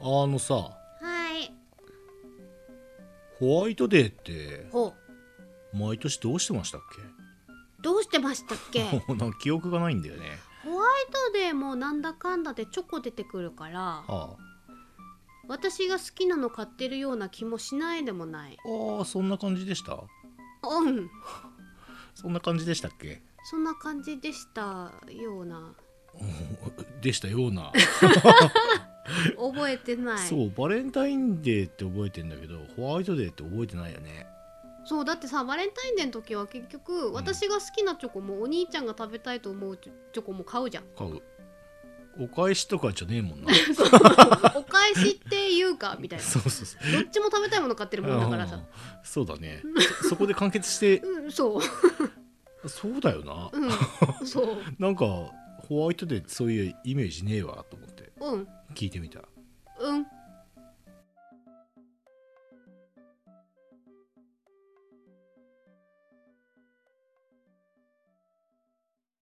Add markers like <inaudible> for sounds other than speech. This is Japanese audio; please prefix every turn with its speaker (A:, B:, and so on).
A: あのさ
B: はい
A: ホワイトデーって
B: ほ
A: 毎年どうしてましたっ
B: どうしてましたっ
A: <laughs>
B: けホワイ
A: けなんか記憶がないんだよね
B: トデーもなんだかんだでチョコ出てくるから
A: ああ
B: 私が好きなの買ってるような気もしないでもない
A: ああそんな感じでした
B: うん
A: そんな感じでしたっけ
B: そんな感じでしたような
A: でしたような、
B: 覚えてない
A: そうバレンタインデーって覚えてんだけどホワイトデーって覚えてないよね
B: そうだってさバレンタインデーの時は結局、私が好きなチョコもお兄ちゃんが食べたいと思うチョコも買うじゃん
A: 買うお返しとかじゃねえもんな
B: お返しっていうかみたい
A: <laughs>
B: な
A: そうそうそう
B: どっちも食べたいもの買ってるもんだから
A: う
B: さ
A: んそうだねそそこで完結して
B: うんそう
A: そうだよな
B: うんそう
A: なんかホワイトデーってそういうイメージねえわと思って
B: うん
A: 聞いてみた
B: うん